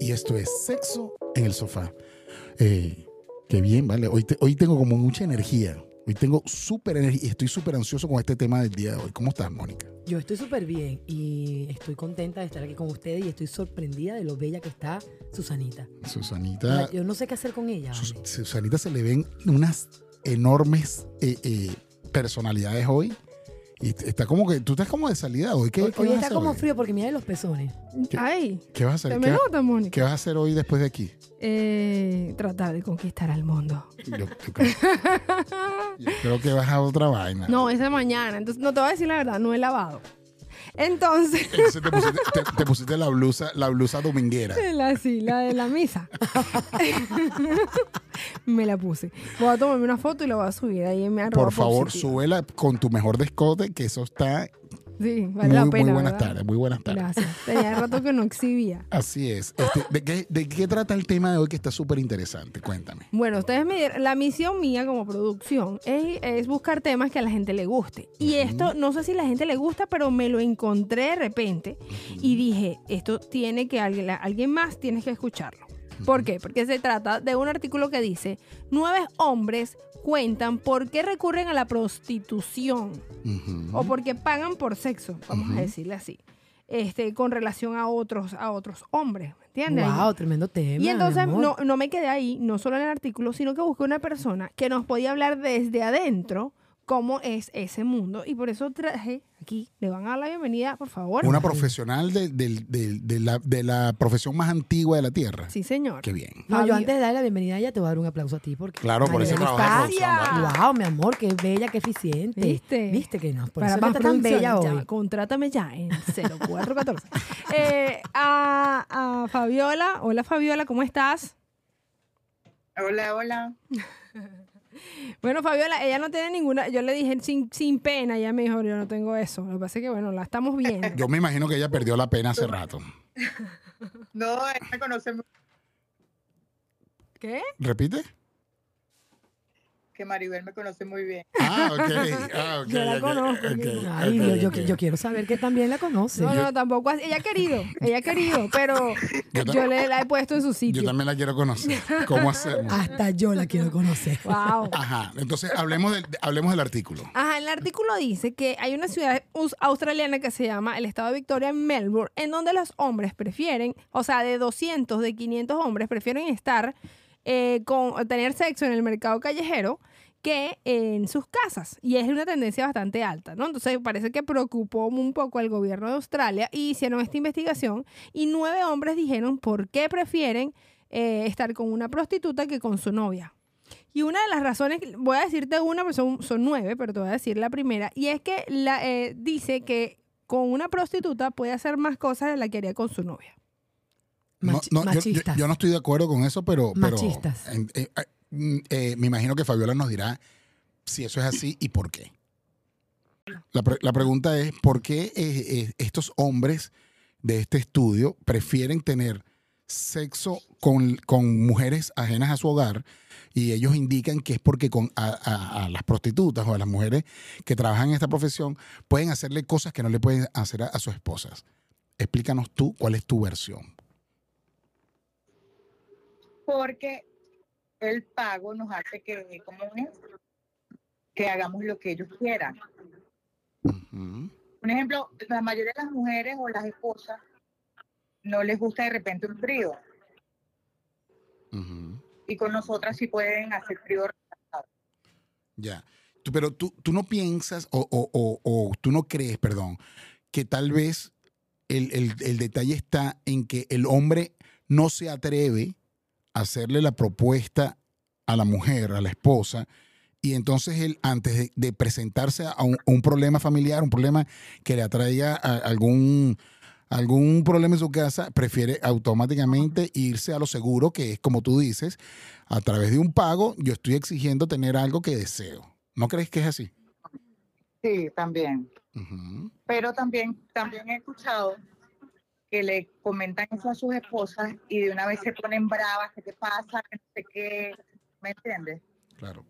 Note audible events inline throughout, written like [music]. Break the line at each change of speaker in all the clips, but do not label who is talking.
Y esto es sexo en el sofá. Eh, qué bien, ¿vale? Hoy, te- hoy tengo como mucha energía. Hoy tengo súper energía y estoy súper ansioso con este tema del día de hoy. ¿Cómo estás, Mónica?
Yo estoy súper bien y estoy contenta de estar aquí con ustedes y estoy sorprendida de lo bella que está Susanita.
Susanita.
Yo no sé qué hacer con ella.
Sus-
vale.
Susanita se le ven unas enormes eh, eh, personalidades hoy. Y t- está como que, tú estás como de salida hoy. ¿Qué,
Hoy-
qué
Hoy
vas a
está
hacer
como
hoy?
frío porque mira los pezones.
¿Qué?
Ay,
¿Qué vas a
se
hacer?
me
¿Qué, va-
nota, Mónica.
qué vas a hacer hoy después de aquí?
Eh, tratar de conquistar al mundo.
Yo, yo creo, yo creo que vas a otra
[laughs]
vaina.
No, es de mañana. Entonces, no te voy a decir la verdad, no he lavado. Entonces, [laughs]
Entonces te pusiste, te- te pusiste la blusa, la blusa dominguera.
la, sí, la de la misa. [laughs] me la puse. Voy a tomarme una foto y la voy a subir ahí en mi arroba
Por favor,
positiva.
súbela con tu mejor descote, que eso está
Sí, vale
muy,
la
muy
pena.
buenas
¿verdad?
tardes, muy buenas tardes.
Gracias. Tenía rato que no exhibía.
Así es. Este, ¿de, qué, de qué trata el tema de hoy que está súper interesante? Cuéntame.
Bueno, ustedes me dieron- la misión mía como producción es, es buscar temas que a la gente le guste. Y esto, no sé si la gente le gusta, pero me lo encontré de repente y dije, esto tiene que alguien, la- alguien más tiene que escucharlo. ¿Por qué? Porque se trata de un artículo que dice, nueve hombres cuentan por qué recurren a la prostitución
Ujú.
o porque pagan por sexo, vamos
Ujú.
a decirle así, este, con relación a otros, a otros hombres, ¿me entiendes?
Wow, tremendo tema.
Y entonces
mi amor.
no, no me quedé ahí, no solo en el artículo, sino que busqué una persona que nos podía hablar desde adentro cómo es ese mundo. Y por eso traje aquí, le van a dar la bienvenida, por favor.
Una profesional de, del- del- de la, de la profesión más antigua de la Tierra.
Sí, señor.
Qué bien.
No, yo
Fabio.
antes de darle la bienvenida a ella te voy a dar un aplauso a ti porque.
Claro, por
Ay,
ese
¿dónde
trabajo de
está?
producción. ¿vale?
Wow, mi amor, qué bella, qué eficiente.
¿Viste?
Viste que no. Por
Para
eso
más
es que está tan
producciones,
bella
ya,
hoy.
contrátame ya en 0414. [laughs] Eh, a, a Fabiola, hola Fabiola, ¿cómo estás?
Hola, hola.
Bueno, Fabiola, ella no tiene ninguna, yo le dije sin, sin pena, ella me dijo, yo no tengo eso. Lo que pasa es que, bueno, la estamos viendo.
[laughs] Yo me imagino que ella perdió la pena hace rato.
No, ella conoce mu-
¿Qué?
¿Repite?
que Maribel me conoce muy bien.
Ah, ok. Ah, ok.
[laughs] Yo la
ok,
conozco,
ok,
Ay,
ok,
Dios, yo,
ok.
yo quiero saber que también la conoce.
No, no, tampoco así. Ella ha querido, ella ha querido, pero
Yo ta-
yo le la he puesto en su
Yo
sitio.
también la quiero conocer. ¿Cómo hacemos?
Hasta yo la quiero conocer.
Wow.
Ajá. Entonces, hablemos del, de- hablemos del artículo.
Ajá, el artículo dice que hay una ciudad us- australiana que se llama el estado de Victoria, en Melbourne, en donde los hombres prefieren, o sea, de 200, de 500 hombres prefieren estar eh, con tener sexo en el mercado callejero que en sus casas. Y es una tendencia bastante alta, ¿no? Entonces parece que preocupó un poco al gobierno de Australia y hicieron esta investigación y nueve hombres dijeron por qué prefieren eh, estar con una prostituta que con su novia. Y una de las razones, voy a decirte una, pero son, son nueve, pero te voy a decir la primera, y es que la, eh, dice que con una prostituta puede hacer más cosas de la que haría con su novia.
No,
Machi-
no, yo- yo,
machistas.
yo no estoy de acuerdo con eso, pero. pero
Machistas.
en- eh, eh, mm, eh, me imagino que Fabiola nos dirá si eso es así y por qué. La, pre- la pregunta es: ¿por qué eh, eh, estos hombres de este estudio prefieren tener sexo con, con mujeres ajenas a su hogar? Y ellos indican que es porque con, a, a- a las prostitutas o a las mujeres que trabajan en esta profesión pueden hacerle cosas que no le pueden hacer a- a sus esposas. Explícanos tú cuál es tu versión.
Porque el pago nos hace que, ¿cómo es? que hagamos lo que ellos quieran.
Ujú.
Por ejemplo, la mayoría de las mujeres o las esposas no les gusta de repente un trío.
Ujú.
Y con nosotras sí pueden hacer trío.
Ya. Tú- pero tú, tú no piensas o, o- o- o tú no crees, perdón, que tal vez el, el- el detalle está en que el hombre no se atreve a hacerle la propuesta a la mujer, a la esposa, y entonces él, antes de, de presentarse a un, a un problema familiar, un problema que le atraiga a- algún, algún problema en su casa, prefiere automáticamente irse a lo seguro, que es como tú dices, a través de un pago, yo estoy exigiendo tener algo que deseo. ¿No crees que es así?
Sí, también.
Ujú.
Pero también, también he escuchado que le comentan eso a sus esposas y de una vez se ponen bravas, ¿qué te pasa? Que no sé qué. ¿Me entiendes?
Claro.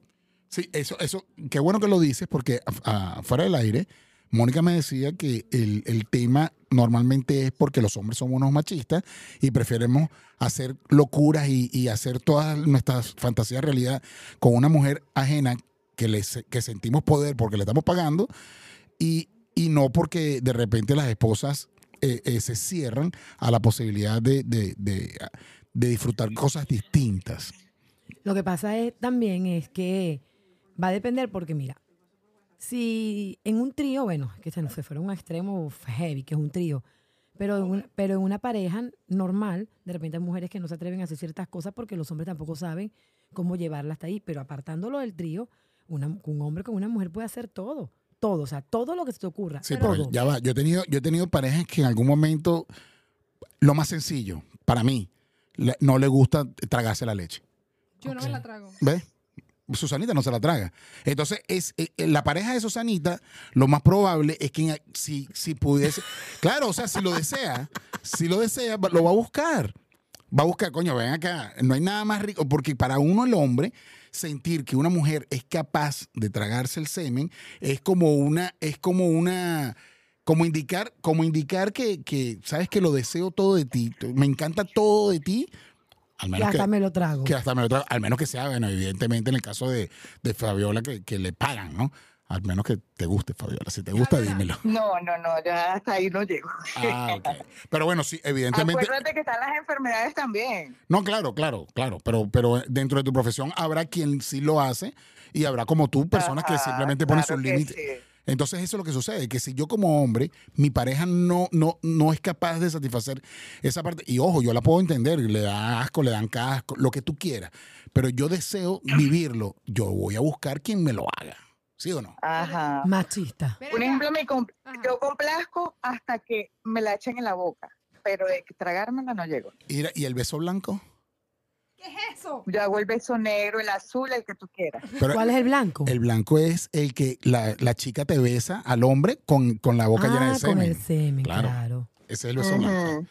Sí, eso, eso, qué ah, bueno que lo dices, porque af- a- fuera del aire, Mónica me decía que el, el tema normalmente es porque los hombres somos unos machistas y preferimos hacer locuras y, y hacer todas nuestras fantasías de realidad con una mujer ajena que, le se- que sentimos poder porque le estamos pagando y, y no porque de repente las esposas eh, eh, se cierran a la posibilidad de, de- de- de disfrutar cosas distintas.
Lo que pasa es, también es que va a depender porque, mira, si en un trío, bueno, es que se nos fueron a un extremo heavy, que es un trío, pero en, un- pero en una pareja normal, de repente hay mujeres que no se atreven a hacer ciertas cosas porque los hombres tampoco saben cómo llevarla hasta ahí, pero apartándolo del trío, una- un hombre con una mujer puede hacer todo, todo, o sea, todo lo que se te ocurra.
Sí,
todo.
pero ya va. Yo he tenido, yo he tenido parejas que en algún momento, lo más sencillo, para mí, le- no le gusta tragarse la leche.
Yo no me la trago.
¿Ves? Susanita no se la traga. Entonces, es, eh, eh, la pareja de Susanita, lo más probable es que en- si, si pudiese. [laughs] Claro, o sea, si lo desea, si lo desea, va- lo va a buscar. Va a buscar, coño, ven acá. No hay nada más rico, porque para uno, el hombre, sentir que una mujer es capaz de tragarse el semen es como una. Es como una. Como indicar, como indicar que, que, sabes que lo deseo todo de ti, me encanta todo de ti, al
Y
menos que,
hasta me lo trago.
que hasta me lo tra- al menos que sea, bueno, evidentemente en el caso de, de Fabiola que, que le pagan, ¿no? Al menos que te guste, Fabiola. Si te gusta,
[laughs]
dímelo.
No, no, no, ya hasta ahí no llego.
Ah, ok. Pero bueno, sí, evidentemente.
Acuérdate que están las enfermedades también.
No, claro, claro, claro. Pero, pero dentro de tu profesión habrá quien sí lo hace y habrá como tú personas que
Ajá,
simplemente ponen
Ah, claro
sus
que
límites.
sí.
Entonces eso es lo que sucede, que si yo como hombre, mi pareja no, no, no es capaz de satisfacer esa parte, y ojo, yo la puedo entender, le da asco, le dan casco, lo que tú quieras, pero yo deseo vivirlo, yo voy a buscar quien me lo haga, ¿sí o no?
Ajá.
Machista.
Ven
Por
acá.
ejemplo, me comp-
Ajá.
yo complazco hasta que me la echen en la boca, pero de que tragármela no llego.
Y, era- y el beso blanco,
¿Qué es eso?
Yo hago el beso negro, el azul, el que tú quieras.
pero
¿Cuál es el blanco?
el blanco es el que la, la chica te besa al hombre con, con la boca llena
ah,
de
con
semen.
el semen,
Claro.
claro.
Ese es el beso blanco.
Ujú.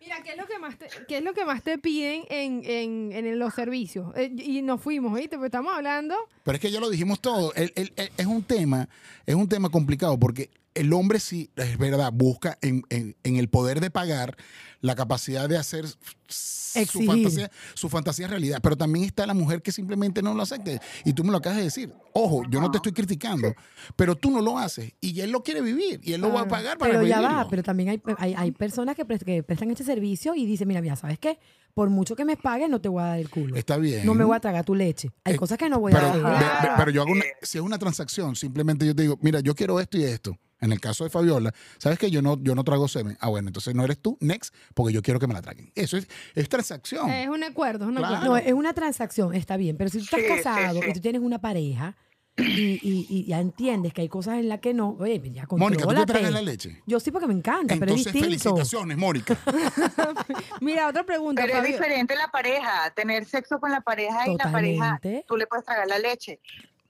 Mira, ¿qué es lo que más te, qué es lo que más te piden en, en, en los servicios? Eh, y nos fuimos, ¿viste? Porque estamos hablando.
Pero es que ya lo dijimos todo. El- el- el- es un tema, es un tema complicado porque el hombre sí, es verdad, busca en, en- en el poder de pagar la capacidad de hacer su
Exigir.
fantasía, su fantasía realidad. Pero también está la mujer que simplemente no lo acepte. Y tú me lo acabas de decir. Ojo, yo no te estoy criticando, pero tú no lo haces. Y él lo quiere vivir. Y él lo va a
Claro.
pagar para
Pero ya
vivirlo.
va, pero también hay, hay, hay personas que, pres- que prestan este servicio y dicen, mira, mira, ¿sabes qué? Por mucho que me pagues, no te voy a dar el culo.
Está bien.
No me voy a tragar tu leche. Hay
Este, Eh,
cosas que no voy
Pero,
a hacer.
ve- ve-
Claro.
pero yo hago
Eh.
una, si es una transacción, simplemente yo te digo, mira, yo quiero esto y esto. En el caso de Fabiola, ¿sabes que yo no, yo no trago semen? Ah, bueno, entonces no eres tú, next, porque yo quiero que me la traguen. Eso es, es transacción.
Eh,
Es un acuerdo, es un
Claro.
acuerdo.
No, es una transacción, está bien. Pero si tú estás
Sí, sí,
casado
sí.
y tú tienes una pareja y, y- y ya entiendes que hay cosas en las que no, oye, pues ya
Mónica, ¿tú te
contrólate.
tragas la leche?
Yo sí porque me encanta,
Entonces,
pero es distinto.
felicitaciones,
[laughs]
Mónica.
Mira, otra pregunta,
Pero es
Fabio.
diferente la pareja, tener sexo con la pareja y la pareja,
Totalmente.
tú le puedes tragar la leche,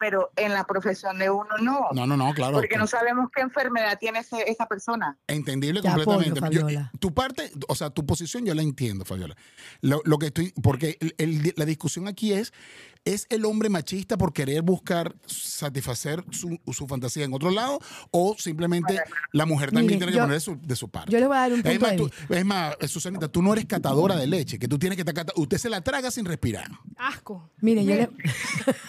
pero en la profesión de uno no,
No, no, no, claro.
porque no sabemos qué enfermedad tiene ese- esa persona.
Entendible
Te apoyo,
completamente. Yo- eh,
Fabiola.
tu parte, o sea, tu posición yo la entiendo, Fabiola. Lo, lo que estoy, porque el- el- la discusión aquí es, ¿es el hombre machista por querer buscar satisfacer su, su fantasía en otro lado? ¿O simplemente la mujer también
Miren,
tiene que
yo-
poner de su, de su parte?
Yo les voy a dar un
es
punto
más,
de
tú,
vista.
es más, Susanita, tú no eres catadora de leche, que tú tienes que estar cata- Usted se la traga sin respirar.
Asco.
Miren, yo, le- [laughs]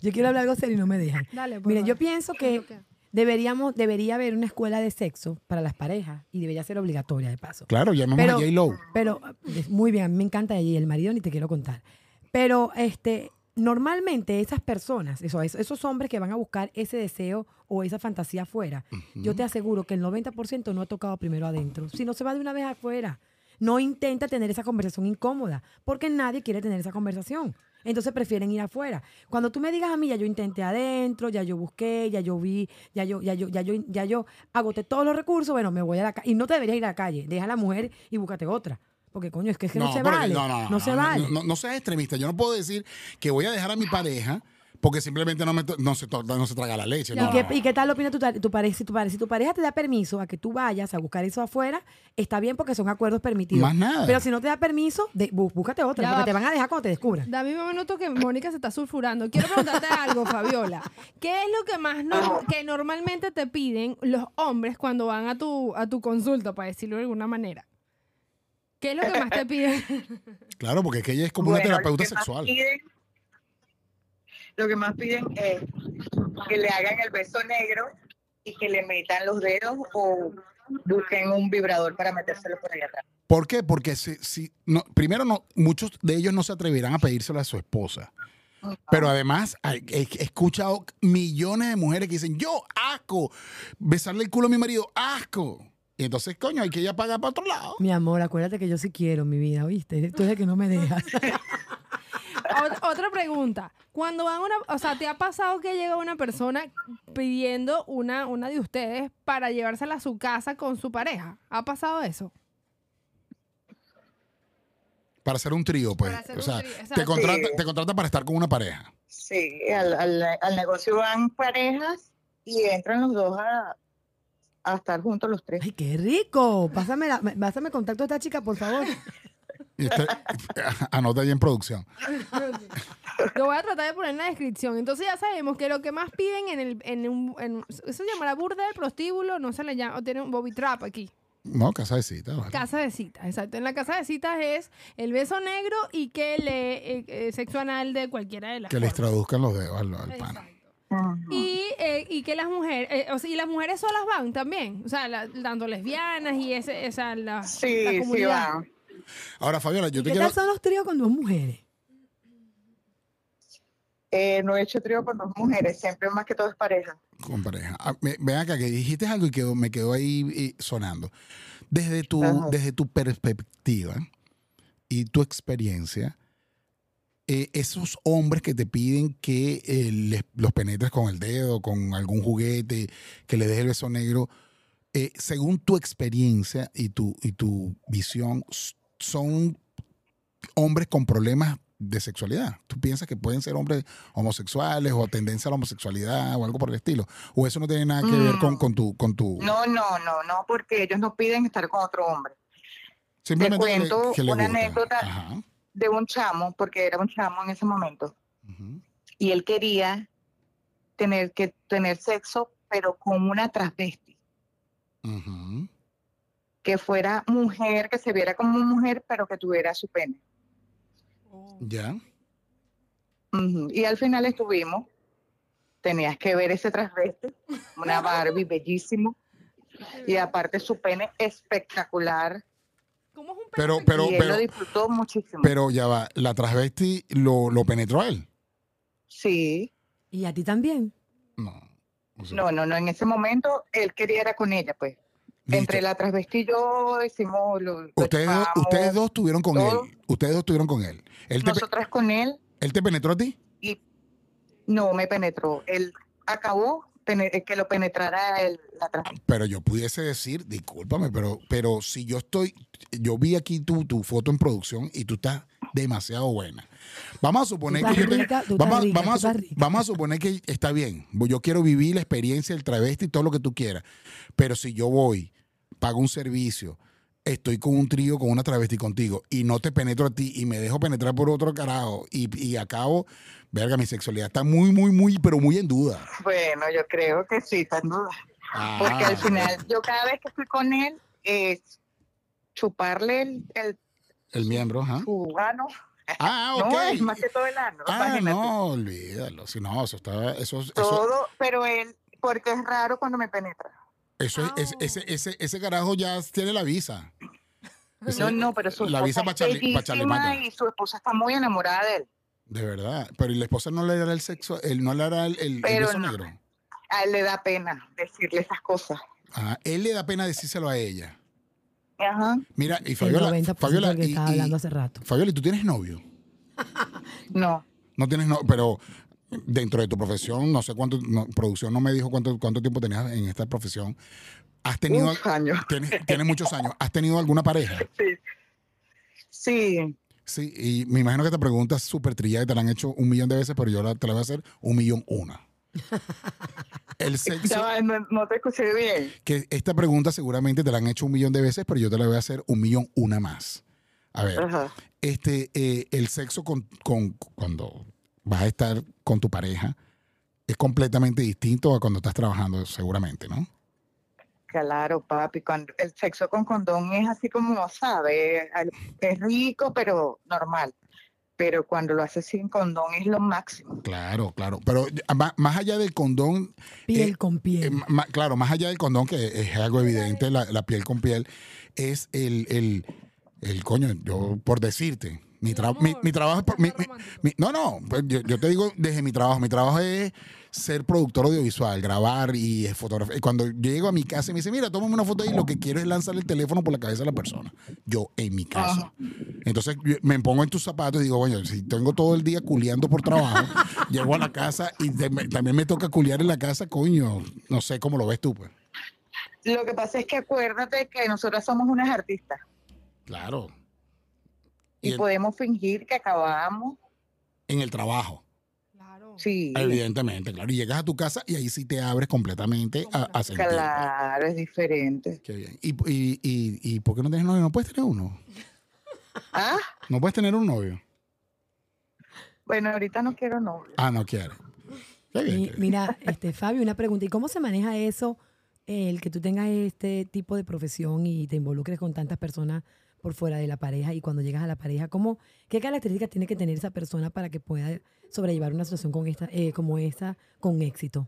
yo quiero hablar algo serio y no me dejan.
Dale, por
Miren, yo
favor.
pienso que
Ok.
deberíamos, debería haber una escuela de sexo para las parejas y debería ser obligatoria de paso.
Claro, llamamos
Pero-
a J-Lo.
Pero es muy bien, a mí me encanta y el marido ni te quiero contar. Pero este, normalmente esas personas, eso- eso- esos hombres que van a buscar ese deseo o esa fantasía afuera, yo te aseguro que el 90% no ha tocado primero adentro, si no se va de una vez afuera. No intenta tener esa conversación incómoda, porque nadie quiere tener esa conversación. Entonces prefieren ir afuera. Cuando tú me digas a mí, ya yo intenté adentro, ya yo busqué, ya yo vi, ya yo, ya yo, ya yo, ya yo agoté todos los recursos, bueno, me voy a la calle. Y no te deberías ir a la calle, deja a la mujer y búscate otra. Porque coño, es que, es que no, se
pero-
vale.
No, no, no,
se
no,
vale.
No, no seas extremista. Yo no puedo decir que voy a dejar a mi pareja porque simplemente no, me to- no, se, to- no se traga la leche.
¿Y,
no,
qué,
no,
y qué tal opina tu, ta- tu pareja? Si tu, pare- si tu pareja te da permiso a que tú vayas a buscar eso afuera, está bien porque son acuerdos permitidos.
Más nada.
Pero si no te da permiso, de- bú- búscate otra,
Ya
porque
va.
te van a dejar cuando te descubran.
Dame un minuto que Mónica se está sulfurando. Quiero preguntarte [laughs] algo, Fabiola. ¿Qué es lo que más no- que normalmente te piden los hombres cuando van a tu, a tu consulta, para decirlo de alguna manera? ¿Qué es lo que más te [laughs] piden?
Claro, porque es que ella es como una
Bueno, lo
terapeuta
que más
sexual.
piden- lo que más piden es que le hagan el beso negro y que le metan los dedos o busquen un vibrador para metérselo por allá atrás.
¿Por qué? Porque si, si- no, primero, no, muchos de ellos no se atreverán a pedírselo a su esposa.
Ah.
Pero además, hay- he he escuchado millones de mujeres que dicen, yo, asco, besarle el culo a mi marido, asco. Y entonces, coño, hay que ya pagar para otro lado.
Mi amor, acuérdate que yo sí quiero mi vida, ¿viste? Tú eres el que no me dejas.
Ot- otra pregunta. Cuando van a una, o sea, ¿te ha pasado que llega una persona pidiendo una, una de ustedes para llevársela a su casa con su pareja? ¿Ha pasado eso?
Eh, Para hacer un trío, pues.
Para hacer
o
un
sea,
trío,
te
exacto.
contrata,
Sí.
te contrata para estar con una pareja.
Sí, al, al- al negocio van parejas y entran los dos a, a estar juntos los tres.
[laughs] ¡Ay, qué rico! Pásame, la- pásame contacto de esta chica, por favor.
Y este- [laughs] anota ahí en producción.
Lo voy a tratar de poner en la descripción. Entonces ya sabemos que lo que más piden en el... En un, en- eso se llamará burda del prostíbulo, no se le llama, o tiene un bobby trap aquí.
No, casa de cita. vale.
Casa de citas, exacto. En la casa de citas es el beso negro y que le... eh, eh, sexo anal de cualquiera de las
Que les
formas.
traduzcan los dedos al, al pana.
Exacto.
Ujú.
Y, eh, y que las mujeres, eh, o sea, y las mujeres solas van también, o sea, la- tanto lesbianas y ese, esa, la, la
Sí, sí
comunidad.
van.
Ahora, Fabiola, yo
¿Qué
te quiero.
tal son los tríos con dos mujeres?
Eh, no he hecho trío con dos mujeres, siempre más que todo es pareja.
Con pareja. Ah, me- ven acá, que dijiste algo y quedó, me quedó ahí eh, sonando. Desde tu,
Ajá.
desde tu perspectiva y tu experiencia, eh, esos hombres que te piden que eh, les- los penetres con el dedo, con algún juguete, que le des el beso negro, eh, según tu experiencia y tu, y tu visión, s- son hombres con problemas de sexualidad. ¿Tú piensas que pueden ser hombres homosexuales o tendencia a la homosexualidad o algo por el estilo? ¿O eso no tiene nada que ver con, con tu... Con tu
Mm. No, no, no, no, porque ellos no piden estar con otro hombre.
simplemente
te
que le-
cuento
que le
una
gusta?
anécdota.
Ajá.
De un chamo, porque era un chamo en ese momento.
Ujú.
y él quería tener que tener sexo, pero con una transvesti,
Ujú.
que fuera mujer, que se viera como mujer, pero que tuviera su pene.
Ya.
Ujú. Y al final estuvimos, tenías que ver ese transvesti, una Barbie bellísimo, y aparte su pene espectacular,
¿Cómo es un
Pero-
pene
pero-
y él lo disfrutó muchísimo.
Pero ya va, la transvesti lo, lo penetró a él.
sí,
Y a ti también.
No. O sea,
no, no, no, en ese momento él quería era con ella, pues.
listo.
Entre la transvesti y yo hicimos lo, lo
ustedes, dos,
chupamos,
ustedes dos tuvieron con
todo.
él. Ustedes dos tuvieron con él. Él te, pe-
nosotras con él,
él te penetró a ti.
y no me penetró. Él acabó pene- eh, que lo penetrara el, la trans-
Pero yo pudiese decir, discúlpame, pero, pero si yo estoy, yo vi aquí tu, tu foto en producción y tú estás demasiado buena. Vamos a suponer
Tú
que
estás
yo te-
rica, tú
vamos,
estás
a- vamos
rica, tú
a,
estás
su-
rica.
vamos a suponer que está bien. Pues Yo quiero vivir la experiencia del travesti y todo lo que tú quieras. Pero si yo voy, pago un servicio, estoy con un trío, con una travesti contigo y no te penetro a ti y me dejo penetrar por otro carajo y, y acabo, verga, mi sexualidad está muy, muy, muy, pero muy en duda.
Bueno, yo creo que sí, sin duda. Porque
Ah,
al final, yo cada vez que estoy con él, es chuparle el, el
El miembro, ajá.
su ano.
Ah, ok.
No, es más que todo el ano.
Ah,
imagínate.
no, olvídalo. Si no, eso está. Eso, eso,
Todo, pero él, porque es raro cuando me penetra.
eso es- es-
Au.
ese, ese, ese carajo ya tiene la visa. Ese-
No, no, pero su
La visa
esposa
para
es bellísima
Charlie
y su esposa está muy enamorada de él.
De verdad. Pero ¿y la esposa no le dará el sexo, él no le hará el, el, el
Pero
beso
no.
negro.
A él le da pena decirle esas cosas.
Ajá, él le da pena decírselo a ella.
Ajá.
Mira, y
el
Fabiola.
90%
Fabiola,
del que
y,
estaba
y-
hablando hace rato.
Fabiola, ¿y tú tienes novio?
No.
No tienes novio, pero dentro de tu profesión, no sé cuánto, no, producción no me dijo cuánto, cuánto tiempo tenías en esta profesión. ¿Has tenido,
Un año.
tienes, tienes muchos años, has tenido alguna pareja?
Sí. Sí.
Sí, y me imagino que esta pregunta es súper trillada y te la han hecho un millón de veces, pero yo la, te la voy a hacer un millón una. El sexo,
Ya va, [laughs] no, no te escuché bien.
que esta pregunta seguramente te la han hecho un millón de veces, pero yo te la voy a hacer un millón una más. A ver,
Ajá.
este, eh, el sexo con, con- cuando vas a estar con tu pareja es completamente distinto a cuando estás trabajando, seguramente, ¿no?
Claro, papi, cuando el sexo con condón es así como, sabe, Al- es rico, pero normal. Pero cuando lo haces sin condón es lo máximo.
Claro, claro. Pero eh, má- más allá del condón,
Piel
Eh,
con piel.
eh, ma- claro, más allá del condón, que es algo evidente, la, la piel con piel, es el, el, el coño, yo por decirte, mi, tra- mi, mi trabajo es... por- mi- mi- mi- no, no, pues, yo, yo te digo desde mi trabajo, mi trabajo es ser productor audiovisual, grabar y eh, fotografiar. Y Cuando yo llego a mi casa y me dice, mira, tómame una foto y lo que quiero es lanzar el teléfono por la cabeza de la persona. Yo en mi casa. Entonces yo me pongo en tus zapatos y digo, bueno, si tengo todo el día culeando por trabajo, llego a la casa y te- me- también me toca culear en la casa, coño, no sé cómo lo ves tú, pues.
Lo que pasa es que acuérdate que nosotras somos unas artistas
Claro. Y
y pues
en,
podemos fingir que acabamos.
en el trabajo,
Claro.
Sí,
evidentemente, claro. Y llegas a tu casa y ahí sí te abres completamente a, a sentir. pues.
claro, es diferente.
Qué bien. ¿Y, y, y, y por qué no tienes novio? ¿No puedes tener uno?
Ah,
¿No puedes tener un novio?
bueno, ahorita no quiero novio.
Ah, no quiere. Qué bien.
Mi-
qué bien.
mira, este, Fabio, una pregunta. ¿Y cómo se maneja eso, eh, el que tú tengas este tipo de profesión y te involucres con tantas personas por fuera de la pareja y cuando llegas a la pareja, ¿cómo, ¿qué características tiene que tener esa persona para que pueda sobrellevar una situación con esta, eh, como esta con éxito?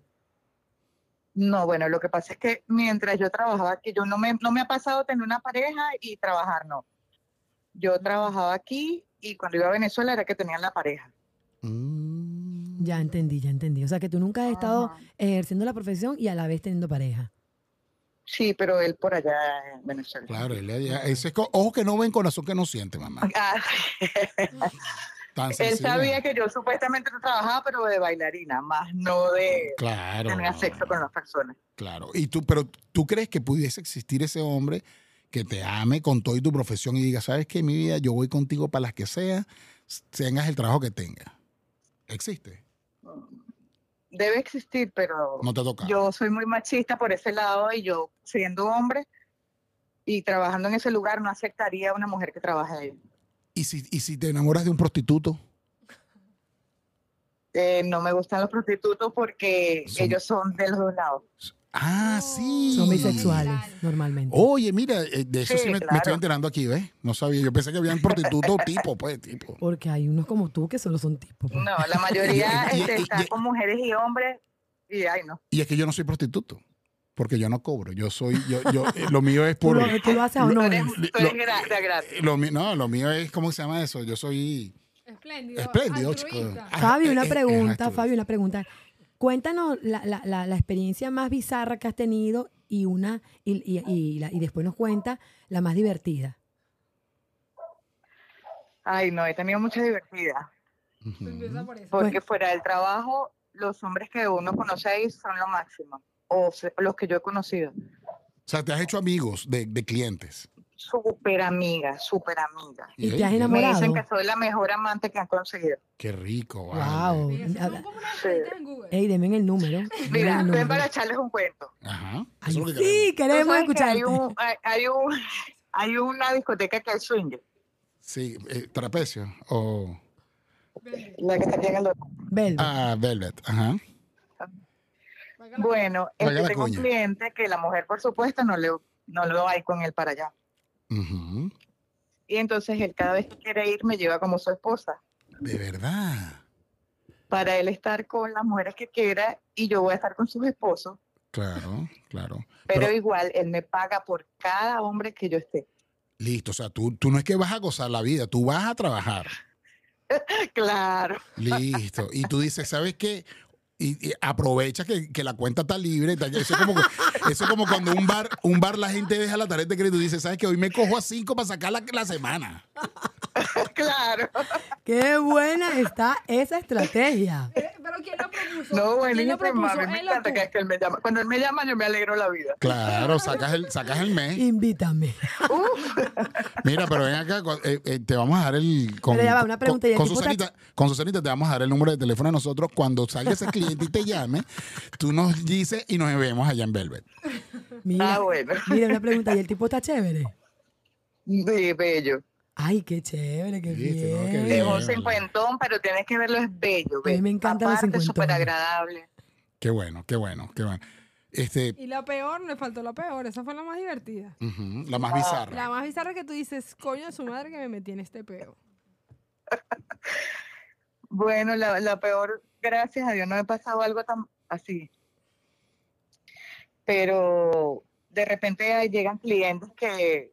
No, bueno, lo que pasa es que mientras yo trabajaba aquí, yo no me, no me ha pasado tener una pareja y trabajar, no. Yo trabajaba aquí y cuando iba a Venezuela era que tenían la pareja.
Mm.
Ya entendí, ya entendí. O sea, que tú nunca has estado
Ajá.
ejerciendo la profesión y a la vez teniendo pareja.
Sí, pero él por allá en Venezuela.
Claro, él, ella- eso es co- ojo que no ven, corazón que no siente, mamá. [laughs]
Ah,
Tan
él
sencillo.
sabía que yo supuestamente trabajaba, pero de bailarina, más no de
Claro.
tener sexo con las personas.
Claro. Y tú, pero tú crees que pudiese existir ese hombre que te ame con todo y tu profesión y diga, sabes que mi vida, yo voy contigo para las que sea, s- tengas el trabajo que tengas. Existe.
Debe existir, pero
No te toca.
yo soy muy machista por ese lado y yo, siendo hombre y trabajando en ese lugar, no aceptaría a una mujer que trabaje ahí.
¿Y, si, y si te enamoras de un prostituto,
Eh, no me gustan los prostitutos porque
Son-
ellos son de los dos lados.
ah, sí.
Son bisexuales, normalmente.
Oye, mira, eh, de eso sí,
Sí,
me, me
claro.
estoy enterando aquí, ¿ves? No sabía. Yo pensé que habían
[laughs]
prostitutos tipo, pues, tipo.
Porque hay unos como tú que solo son tipos. pues.
No, la mayoría
[laughs] Y- y-
este,
y-
está
y-
con mujeres y hombres y ay no.
Y es que yo no soy prostituto, porque yo no cobro. Yo soy, yo, yo, eh, lo mío es por.
tú, lo, tú lo haces o
Tú
no.
eres,
es.
tú eres
lo-
gra- de gratis.
Eh, lo mío- no, lo mío es, ¿cómo se llama eso? Yo soy
Espléndido.
espléndido, chico.
altruista.
Ah,
Fabio, una
eh, eh,
pregunta,
ajá,
Fabio, una pregunta. Cuéntanos la, la- la- la experiencia más bizarra que has tenido y una y, y- y la- y después nos cuenta la más divertida.
Ay no, he tenido mucha divertida.
Ujú.
Empieza por eso.
Porque
Pues
Bueno.
fuera del trabajo, los hombres que uno conoce ahí son lo máximo. O se- los que yo he conocido.
O sea, te has hecho amigos de, de clientes.
Súper amiga, súper amiga.
¿Y
Ey,
te
qué-
has
Me
enamorado?
dicen que soy la mejor amante que han conseguido.
Qué rico, vale.
Wow.
Esas son como unas encuestas en Google.
Ey, denme el
[laughs]
número. denme
Mira,
el
ven
número.
para echarles un cuento.
Ajá. Eso
Ay,
es lo que queremos.
sí,
Tú
queremos
sabes que
escucharte.
hay, un, hay, hay un, [laughs] hay una discoteca que es swinger.
Sí, eh, trapecio. O.
Ven,
La que está aquí en el
Velvet.
Ah, Velvet. Ajá.
paga la-
Bueno,
Valga
este,
la
tengo un
cuña.
cliente que la mujer, por supuesto, no, le, no lo hay con él para allá.
Ujú.
Y entonces él cada vez que quiere ir me lleva como su esposa
De verdad.
para él estar con las mujeres que quiera y yo voy a estar con sus esposos,
Claro, claro.
pero,
Pero-
igual él me paga por cada hombre que yo esté. [laughs]
Listo, o sea, tú, tú no es que vas a gozar la vida, tú vas a trabajar.
Claro, [laughs]
Listo. Y tú dices, ¿sabes qué? Y, y aprovecha que, que la cuenta está libre. ta- Eso es como, que- eso es como cuando un bar, un bar la gente deja la tarjeta de crédito y dice, ¿sabes qué? Hoy me cojo a cinco para sacar la, la semana.
claro.
Qué buena está esa estrategia.
Eh, Pero ¿quién lo propuso?
No,
¿Quién lo
buenísimo,
propuso?
a mí me
¿Él o
encanta
tú?
que, que él me llama. Cuando él me llama, yo me alegro la vida.
Claro, sacas el, sacas el mes.
Invítame.
Mira, pero ven acá, con- eh, eh, te vamos a dar el. Con,
Pero ya va, una pregunta, ¿y el
con, con
tipo te-
Susanita, con Susanita te vamos a dar el número de teléfono a nosotros. Cuando salga ese cliente y te llame, tú nos dices y nos vemos allá en Velvet.
Mira,
Ah, bueno. [laughs]
mira una pregunta. ¿Y el tipo está chévere?
Sí, bello.
Ay, qué chévere, qué
Viste,
bien.
¿no? Qué
Es
bien.
un cincuentón, pero tienes que verlo, es bello. bello.
me encantan los
Aparte,
cincuentones.
súper agradable.
Qué bueno, qué bueno, qué bueno. Este,
Y la peor, le faltó la peor. Esa fue la más divertida.
ujú, la más
La
bizarra.
más bizarra que tú dices, coño de su madre que me metí en este peo.
Bueno, la, la peor, gracias a Dios, no me ha pasado algo tan así. Pero de repente ahí llegan clientes que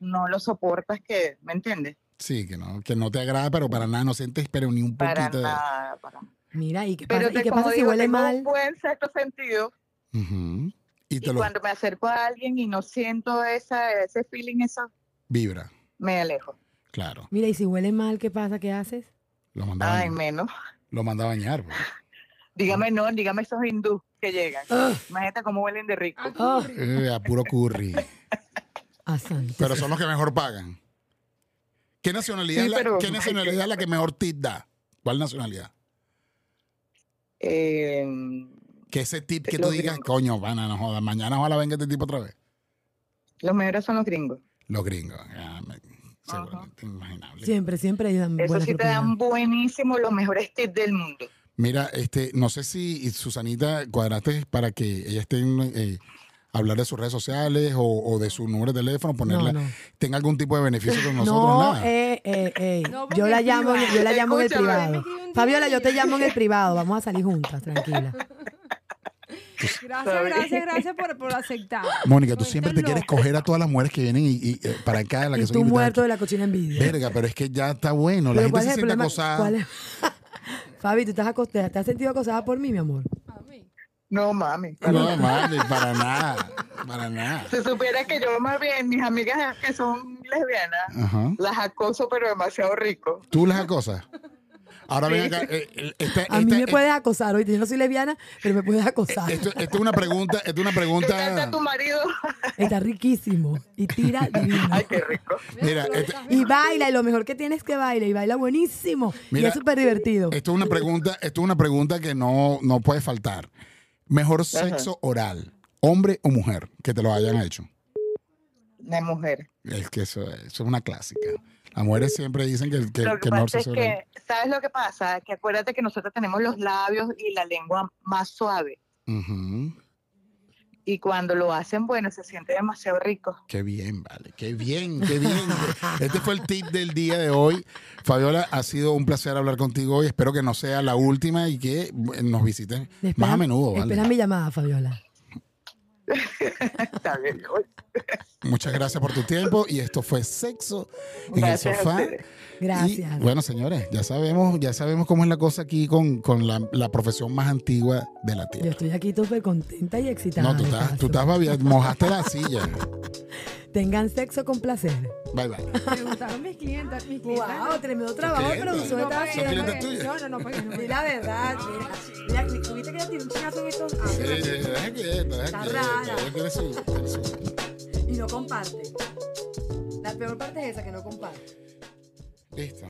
no lo soportas, que, ¿me entiendes?
Sí, que no, que no te agrada, pero para nada no sientes, pero ni un poquito
Para
de.
nada, para nada.
Mira, ¿y qué
Pero
pasa,
te,
¿y qué
como
pasa si
digo,
huele
tengo
mal?
un buen sexto sentido
Ujú. Y te
y
lo
cuando me acerco a alguien y no siento esa, ese feeling, eso,
vibra,
me alejo.
claro.
Mira, ¿y si huele mal, qué pasa? ¿Qué haces?
Lo manda a
Ay,
bañar.
menos.
Lo manda a bañar. pues.
Dígame no, dígame esos hindús que llegan.
Ah.
Imagínate cómo huelen de rico.
Ah,
Ah,
Eh, a puro curry.
ah, santo.
Pero son los que mejor pagan. ¿Qué nacionalidad,
Sí,
es la-
pero-
¿qué nacionalidad es la que mejor tip da? ¿Cuál nacionalidad?
Eh,
Que ese tip que tú
Los
digas,
gringos.
coño, van a no jodas, mañana ojalá venga este tipo otra vez.
los mejores son los gringos.
Los gringos. ah, me- seguramente imaginable.
Siempre, siempre ayudan.
Eso
buenas
sí te
propinas.
dan buenísimo los mejores tips del mundo.
Mira, este, no sé si Susanita cuadraste para que ella esté en, eh, hablar de sus redes sociales o, o de su número de teléfono, ponerla,
no.
tenga algún tipo de beneficio con nosotros,
No,
nada.
eh, eh, eh.
No, porque
yo la
es
llamo, en- yo la llamo en el
Escúchame.
privado.
Me escribe un
Fabiola, yo te
día.
llamo en el privado. Vamos a salir juntas,
[laughs]
tranquila.
Gracias, gracias, gracias por, por aceptar.
Mónica, tú
Coño,
siempre te
estás
quieres
loca.
coger a todas las mujeres que vienen y, y, eh, para acá, la que
Y
son
tú
invitadas.
muerto de la cochina envidia.
Verga, pero es que ya está bueno. La
Pero
gente
¿cuál
se
es el
siente
problema?
acosada.
¿Cuál es? [laughs] Fabi, ¿tú estás acostada? ¿Te has sentido acosada por mí, mi amor?
A mí.
No mami. para
No,
nada.
mami, para nada. Para nada.
Si supiera que yo más bien, mis amigas que son lesbianas,
Ajá.
las acoso, pero demasiado rico.
Tú las acosas. Ahora ven acá. eh, eh, esta-
A mí
esta-
me puedes acosar. Oíste, yo no soy lesbiana, pero me puedes acosar.
esto, esto es una pregunta. Esto es una
¿Qué canta
pregunta.
tu marido? [laughs]
Está riquísimo. Y tira divino.
Ay, qué rico.
Mira, este-
Y baila, y lo mejor que tienes es que baila, y baila buenísimo. y
Mira,
es súper divertido.
esto es una pregunta. Esto es una pregunta que no, no puede faltar. Mejor sexo oral, hombre o mujer, que te lo hayan hecho.
De mujer.
Es que eso, eso es una clásica. Las mujeres siempre dicen que, que,
lo que,
que mejor
pasa es
sexo oral.
que, ¿sabes lo que pasa? Que acuérdate que nosotros tenemos los labios y la lengua más suave.
Ujú.
Y cuando lo hacen, bueno, se siente demasiado rico. [laughs]
Qué bien, vale. Qué bien, qué bien. Este fue el tip del día de hoy. Fabiola, ha sido un placer hablar contigo hoy. Espero que no sea la última y que eh, nos visites más
Espera-
a menudo, ¿vale?
Espera mi llamada, Fabiola.
Está bien.
Muchas gracias por tu tiempo y esto fue Sexo en
Gracias
el
a
Sofá.
ustedes.
Gracias.
Y, bueno, señores, ya sabemos, ya sabemos cómo es la cosa aquí con, con la, la profesión más antigua de la
Yo
Tierra.
estoy aquí súper contenta y excitada.
No, tú
de
estás, tú
paso.
estás babia- mojaste la silla.
Tengan sexo con placer.
Bye, bye.
Me gustaron mis clientes. Mis clientes.
Wow, tremendo trabajo de
clientes.
producción
No,
estaba
pagué,
¿Son
haciendo.
no,
clientes
pagué.
tuyos?
no, no, no, pagué, no,
Sí,
pagué.
la verdad, mira. Mira, tuviste que tirar un chingazo en estos
Sí,
ah,
sí, deja quieta, deja
Está
quieta.
rara.
Ella tiene su- tiene su-
y no comparte. La peor parte es esa que no comparte.
Listo.